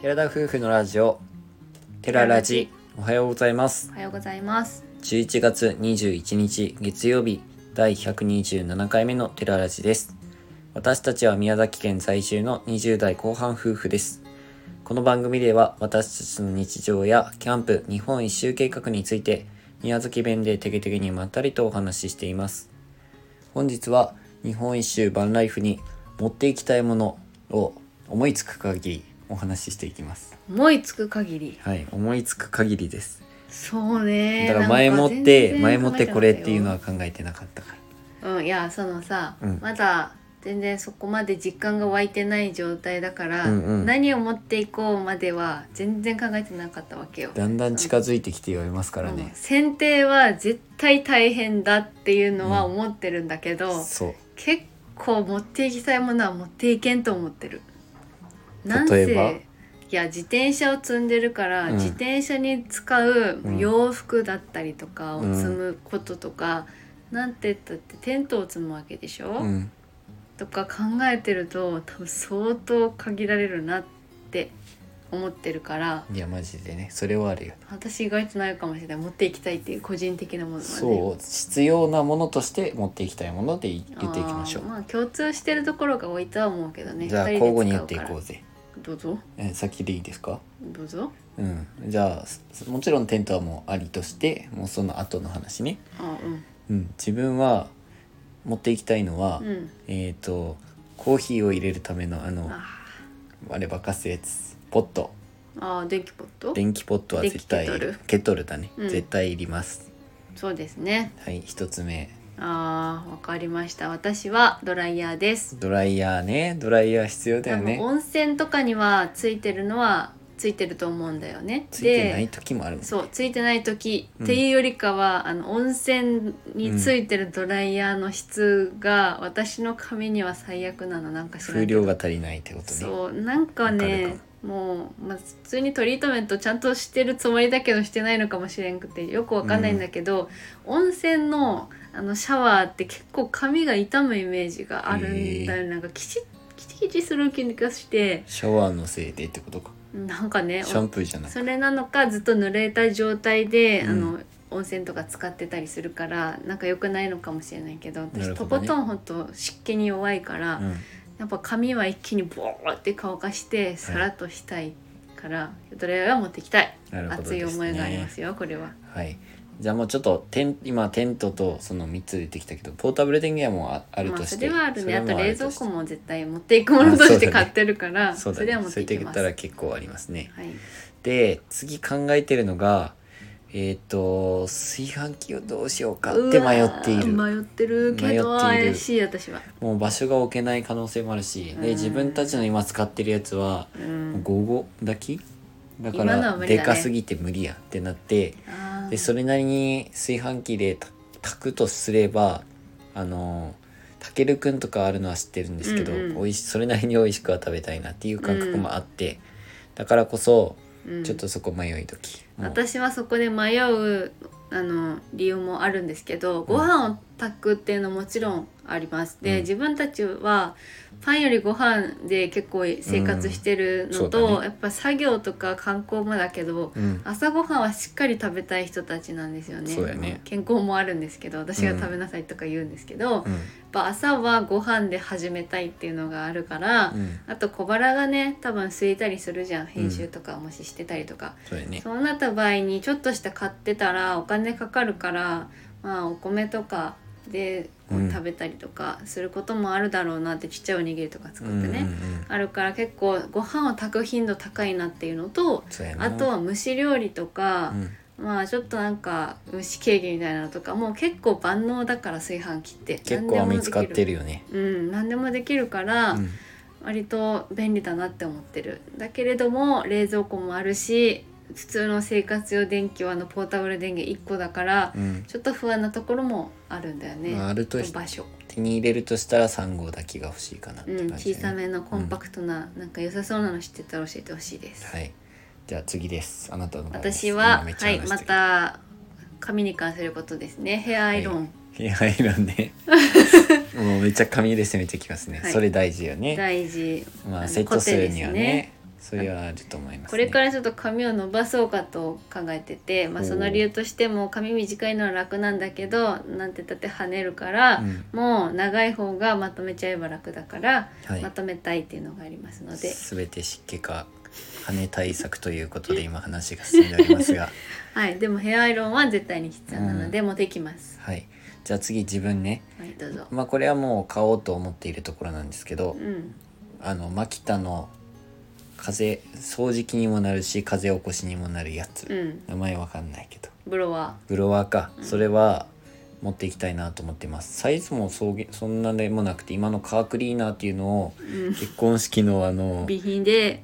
寺田夫婦のラジオ寺ラジおはようございますおはようございます。 11月21日月曜日第127回目の寺ラジです私たちは宮崎県在住の20代後半夫婦ですこの番組では私たちの日常やキャンプ日本一周計画について宮崎弁でテゲテゲにまったりとお話ししています本日は日本一周バンライフに持っていきたいものを思いつく限りお話ししていきます思いつく限り。はい、思いつく限りです。そうね。だから前もって、前もってこれっていうのはは。考えてなかったかうん、いや、そのさ、うんまだ。全然そこまで実感が湧いてない状態だから、うんうん何を持っていこうまでは全然考えてなかったわけよ。ら。だんだん近づいてきて言われますからうんね。選定は絶対大変だっていうのは思ってるんだけど、そう。結構持っていきたいものは持っていけんと思ってる。なん例えばせいや自転車を積んでるから、うん自転車に使ううん洋服だったりとかを積むこととか、なんて言ったってテントを積むわけでしょ、うん。とか考えてると多分相当限られるなって思ってるからいや、マジでね。それはあるよ。私意外とないかもしれない持っていきたいっていう個人的なものはね。そう。必要なものとして持っていきたいもので言あー言っていきましょう。まあ共通してるところが多いとは思うけどねじゃあ、二交人互でに使言っていこうぜ。うからどうぞえ先でいいですかどうぞうん。じゃあ、すもちろんテントはもうありとして、もうその後の話ね。あうんうん。自分は持っていきたいのは、うんえっ、と、コーヒーを入れるためのあの、ああれ沸かすやつポットあー電気ポット電気ポットは絶対電気ケトルケトルだね、うん絶対いりますそうですねはい一つ目あーわかりました私はドライヤーですドライヤーねドライヤー必要だよ多分ね温泉とかにはついてるのはついてると思うんだよねついてない時もあるもんそうついてない時、うんっていうよりかはあの温泉についてるドライヤーの質が、私の髪には最悪なのなんか知らん風けど量が足りないってことねそうなんかわかねるかもう、まあ、普通にトリートメントちゃんとしてるつもりだけどしてないのかもしれんくてよくわかんないんだけど、温泉のあのシャワーって結構髪が傷むイメージがあるんだよ、なんかきちきちきちする気がしてシャワーのせいでってことかなんかねシャンプーじゃないそれなのかずっと濡れた状態で、うんあの温泉とか使ってたりするからなんか良くないのかもしれないけどな私るほとどこねとんほんと湿気に弱いから。うんやっぱ髪は一気にボーって乾かしてさらっとしたいから、ドライヤーは持ってきたい、なるほど熱いです思いがありねますよこれははいじゃあもうちょっとテン今テントとその3つ出てきたけどポータブル電源はもうああるまとあしそて、れはあるねあとも冷る蔵し庫も絶対持っていくものとあそうしだてね買ってるからそうだれはね持っそてれいでき言っまたすら結構ありますねはい、で次考えてるのがえっ、と炊飯器をどうしようかってうわ迷ーっている迷ってるけど迷っている怪しい私はもう場所が置けない可能性もあるしうんで自分たちの今使ってるやつはうん午後炊きだか今のはら無理でだねかすぎて無理やってなってあーでそれなりに炊飯器でた炊くとすればあのたけるくんとかあるのは知ってるんですけど、うんうん美味しそれなりに美味しくは食べたいなっていう感覚もあって、だからこそうんちょっとそこ迷い時、もう私はそこで迷うあの理由もあるんですけどご飯を炊くっていうのもちろんあります、うんで自分たちはパンよりご飯で結構生活してうるのんそと、うだねやっぱ作業とか観光もだけどうん、朝ごはんはしっかり食べたい人たちなんですよねそうやね健康もあるんですけど私が食べなさいとか言うんですけど、やっうんぱ朝はご飯で始めたいっていうのがあるから、うん、あと小腹がね多分空いたりするじゃん編集とかもししてたりとか、そうやねそうなった場合にちょっとした買ってたらお金かかるから、まあ、お米とかでこうんう食べたりとかすることもあるだろうなってちっちゃいおにぎりとか作っうんうてね、んうんあるから結構ご飯を炊く頻度高いなっていうのとそうやなあとは蒸し料理とかう、んまあちょっとなんか蒸しケーキみたいなのとかもう結構万能だから炊飯器って結何で構もで見きつるかってるよねうん、何でもできるから、うん割と便利だなって思ってるだけれども冷蔵庫もあるし普通の生活用電気はあのポータブル電源1個だからうんちょっと不安なところもあるんだよね、まああるとし場所、手に入れるとしたら3号だけが欲しいかなってうん、感じ小ださねめのコンパクトな、なんか良さそうなの知ってたら教えてほしいです、はいじゃあ次ですあなたの番です私は今めっちゃはい話しまてるた髪に関することですねヘアアイロン、ヘアアイロン ねもうめっちゃ髪で攻めてきますね、はいそれ大事よね大事まああのセットするにはねコそれはあると思います、ね、これからちょっと髪を伸ばそうかと考えてて、まあ、おーその理由としても髪短いのは楽なんだけどなんて言ったって跳ねるから、うんもう長い方がまとめちゃえば楽だから、はいまとめたいっていうのがありますので、すべて湿気か羽対策ということで今話が進んでおりますがはい、でもヘアアイロンは絶対に必要なので、持ってきます。はいじゃあ次自分ねはい、どうぞ。まあこれはもう買おうと思っているところなんですけどうん、あのマキタの風掃除機にもなるし風起こしにもなるやつ、うん、名前わかんないけどブロワブロワーか、うんそれは持っていきたいなと思ってますサイズもそそんなでもなくて今のカークリーナーっていうのをー、うん、結婚式のあの備品で、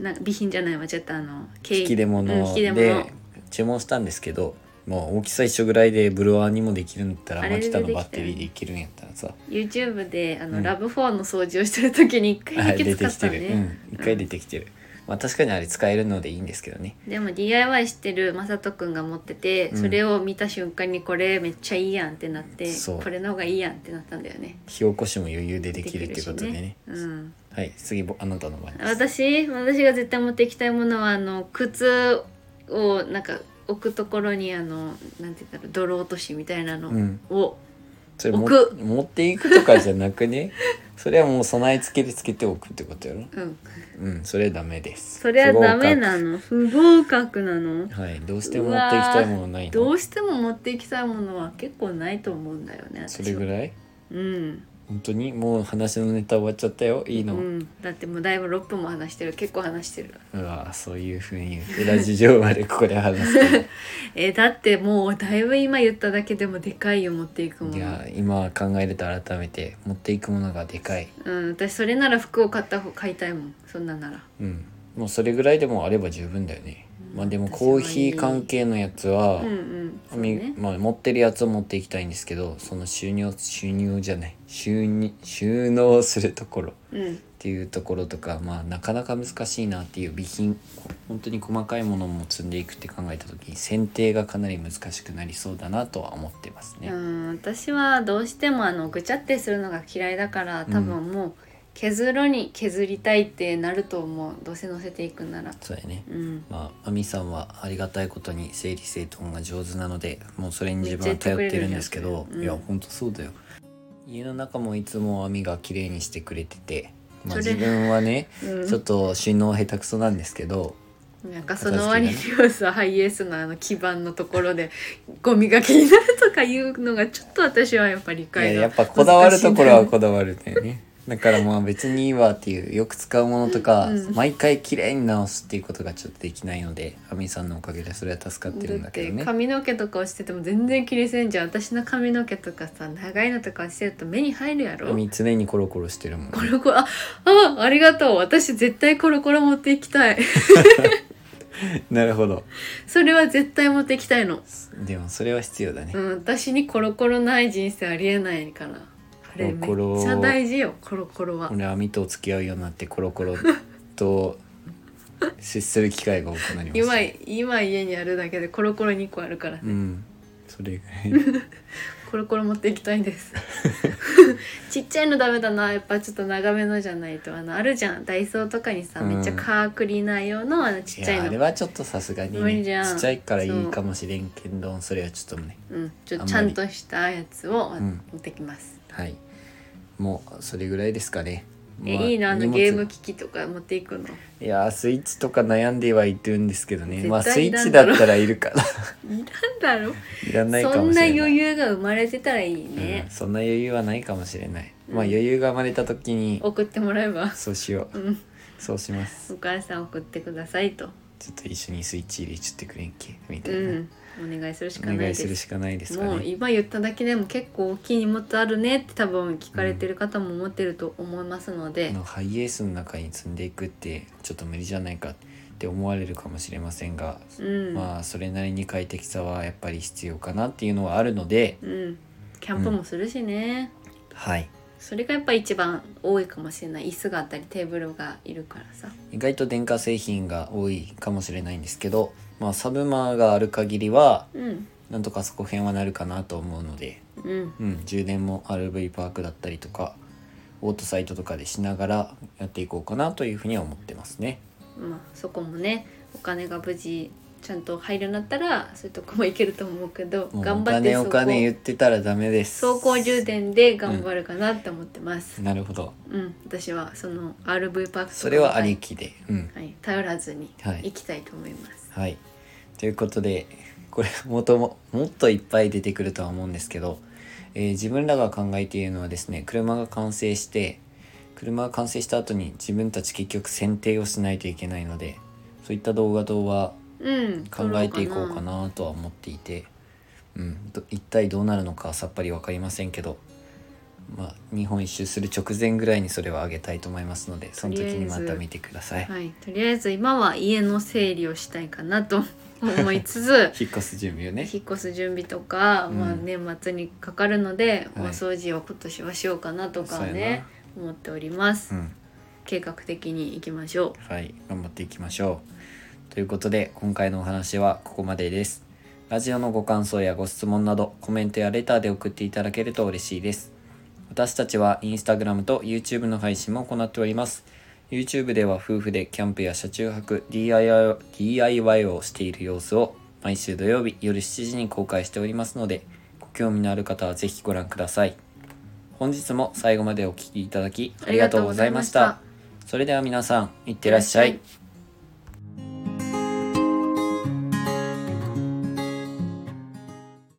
なんか備品じゃないわ、ちょっとあの、経引き出うん物引き出で物注文したんですけどもう大きさ一緒ぐらいでブロワーにもできるんだったあられマでキできタたよのねバッテリーでいけるんやったらさ YouTube であの、うんラブフォーの掃除をしてる時に一回あ だけ出使てっきてたる、ね、うん一回出てきてる、まあ確かにあれ使えるのでいいんですけどねでも DIY してるまさとくんが持ってて、うんそれを見た瞬間にこれめっちゃいいやんってなってそうこれの方がいいやんってなったんだよね火起こしも余裕でできるってことでねできるしねうん、はい次ぼあなたの番です私私が絶対持っていきたいものはあの靴をなんか置くところにあのなんて言ったら泥落としみたいなのうんを、それも置く持っていくとかじゃなくね それはもう備え付けでつけておくってことやろうんうんそれはダメですそれはダ不メ合なの不合格なの格はいどうしても持っていきたいものないどのうしても持っていきたいものは結構ないと思うんだよね私それぐいらいうん本当にもう話のネタ終わっちゃったよいいの、うん、だってもうだいぶ6分も話してる結構話してるうわそういうふうに裏事情までここで話す えだってもうだいぶ今言っただけでもでかいよ持っていくのもいのや今考えると改めて持っていくものがでかいうん私それなら服を買った方買いたいもんそんなんならうんもうそれぐらいでもあれば十分だよねまあでもコーヒー関係のやつは、うんうんそうみねまあ、持ってるやつを持っていきたいんですけどその収入収入じゃない収入収納するところっうんていうところとか、まあ、なかなか難しいなっていう備品こ本当に細かいものも積んでいくって考えた時選定がかなり難しくなりそうだなとは思ってますね。うん私はどうしてもあのぐちゃってするのが嫌いだからうん多分もう削るに削りたいってなると思うどうせ乗せていくならそうだよねうんまあ、アミさんはありがたいことに整理整頓が上手なのでもうそれに自分は頼ってるんですけど、めっちゃ言ってくれるじゃんいやうんほんとそうだよ家の中もいつもアミが綺麗にしてくれてて、まあ、それ自分はねうんちょっと収納下手くそなんですけど、なんかその割にはさ、ハイエースのあの基盤のところでゴミが気になるとかいうのがちょっと私はやっぱり理いや解がやっぱこだわるところは難しいこんだよねだわるんだよねだからまあ別にいいわっていうよく使うものとか、うん毎回綺麗に直すっていうことがちょっとできないのでアミさんのおかげでそれは助かってるんだだっけどてね髪の毛とかをしてても全然切れせんじゃん私の髪の毛とかさ長いのとかしてると目に入るやアろミ常にコロコロしてるもん、ねコ、ロコロああありがとう私絶対コロコロ持っていきたい なるほどそれは絶対持っていきたいの、でもそれは必要だねうん、私にコロコロない人生ありえないからあれめコロコロっちゃ大事よコロコロは俺アミとお付き合うようになってコロコロと接する機会が多くなりま し今た今家にあるだけでコロコロ2個あるからうんそれぐらいコロコロ持っていきたいんです ちっちゃいのダメだなやっぱちょっと長めのじゃないとあのあるじゃんダイソーとかにさ、うんめっちゃカークリーナー用のあのちっちゃいやあいれのはちょっとさすがに無理じゃんちっちゃいからいいかもしれんけどそれはちょっとねうん、ちあんょまりちゃんとしたやつをん持ってきます、はいもうそれぐらいですかねまあえいいなあ荷の物ゲーム機器とか持っていくのいやースイッチとか悩んではいるんですけどねまあ絶ス対イいッらんチだだろったらいるかな なんだろういらないかそもんしれなない余裕が生まれてたらいいねうん、そんな余裕はないかもしれない、うんまあ余裕が生まれた時に送ってもらえばそうしよううんそうしますお母さん送ってくださいと、ちょっと一緒にスイッチ入れちゃってくれんけみたういな、ん、お願いするしかなおい願いでするしかないですかもうね今言っただけでも結構大きい荷物あるねって多分聞かれてる方も思ってると思いますので、あのハイエースの中に積んでいくってちょっと無理じゃないかって思われるかもしれませんが、うん、まあそれなりに快適さはやっぱり必要かなっていうのはあるのでうん、キャンプもするしね、はいそれがやっぱ一番多いかもしれない椅子があったりテーブルがいるからさ意外と電化製品が多いかもしれないんですけど、まあ、サブマーがある限りはうんなんとかそこ辺はなるかなと思うので、うんうん、充電も RV パークだったりとかオートサイトとかでしながらやっていこうかなというふうには思ってますね。まあ、そこもねお金が無事ちゃんと入るようになったらそういうとこもいけると思うけどもう頑お張って金そおこ金言ってたらダメです走行充電で頑張るかなって思ってます。なるほどうん、私はその RV パークとかそれはありきでうんはい、頼らずにはい行きたいと思います。はいということでこれもとももっといっぱい出てくるとは思うんですけど、えー自分らが考えているのはですね車が完成して車が完成した後に自分たち結局選定をしないといけないのでそういった動画等はうん、考えていこうか撮ろなとは思っていて、うん、ど一体どうなるのかさっぱり分かりませんけど、まあ、日本一周する直前ぐらいにそれは上げたいと思いますのでその時にまた見てくださいな。。はい、とりあえず今は家の整理をしたいかなと 思いつ つ。引っ越す準備をね引っ越す準備とか、うんまあ年末にかかるので、はいお掃除を今年はしようかなとかそうやね思っております、な、うん計画的に行きましょはい、頑張っていきましょう。ということで、今回のお話はここまでです。ラジオのご感想やご質問など、コメントやレターで送っていただけると嬉しいです。私たちはインスタグラムと YouTube の配信も行っております。YouTube では夫婦でキャンプや車中泊、DIY を DIY をしている様子を毎週土曜日夜7時に公開しておりますので、ご興味のある方はぜひご覧ください。本日も最後までお聴きいただきうありがとうございました。それでは皆さん、いってらっしゃいってらっしゃいい。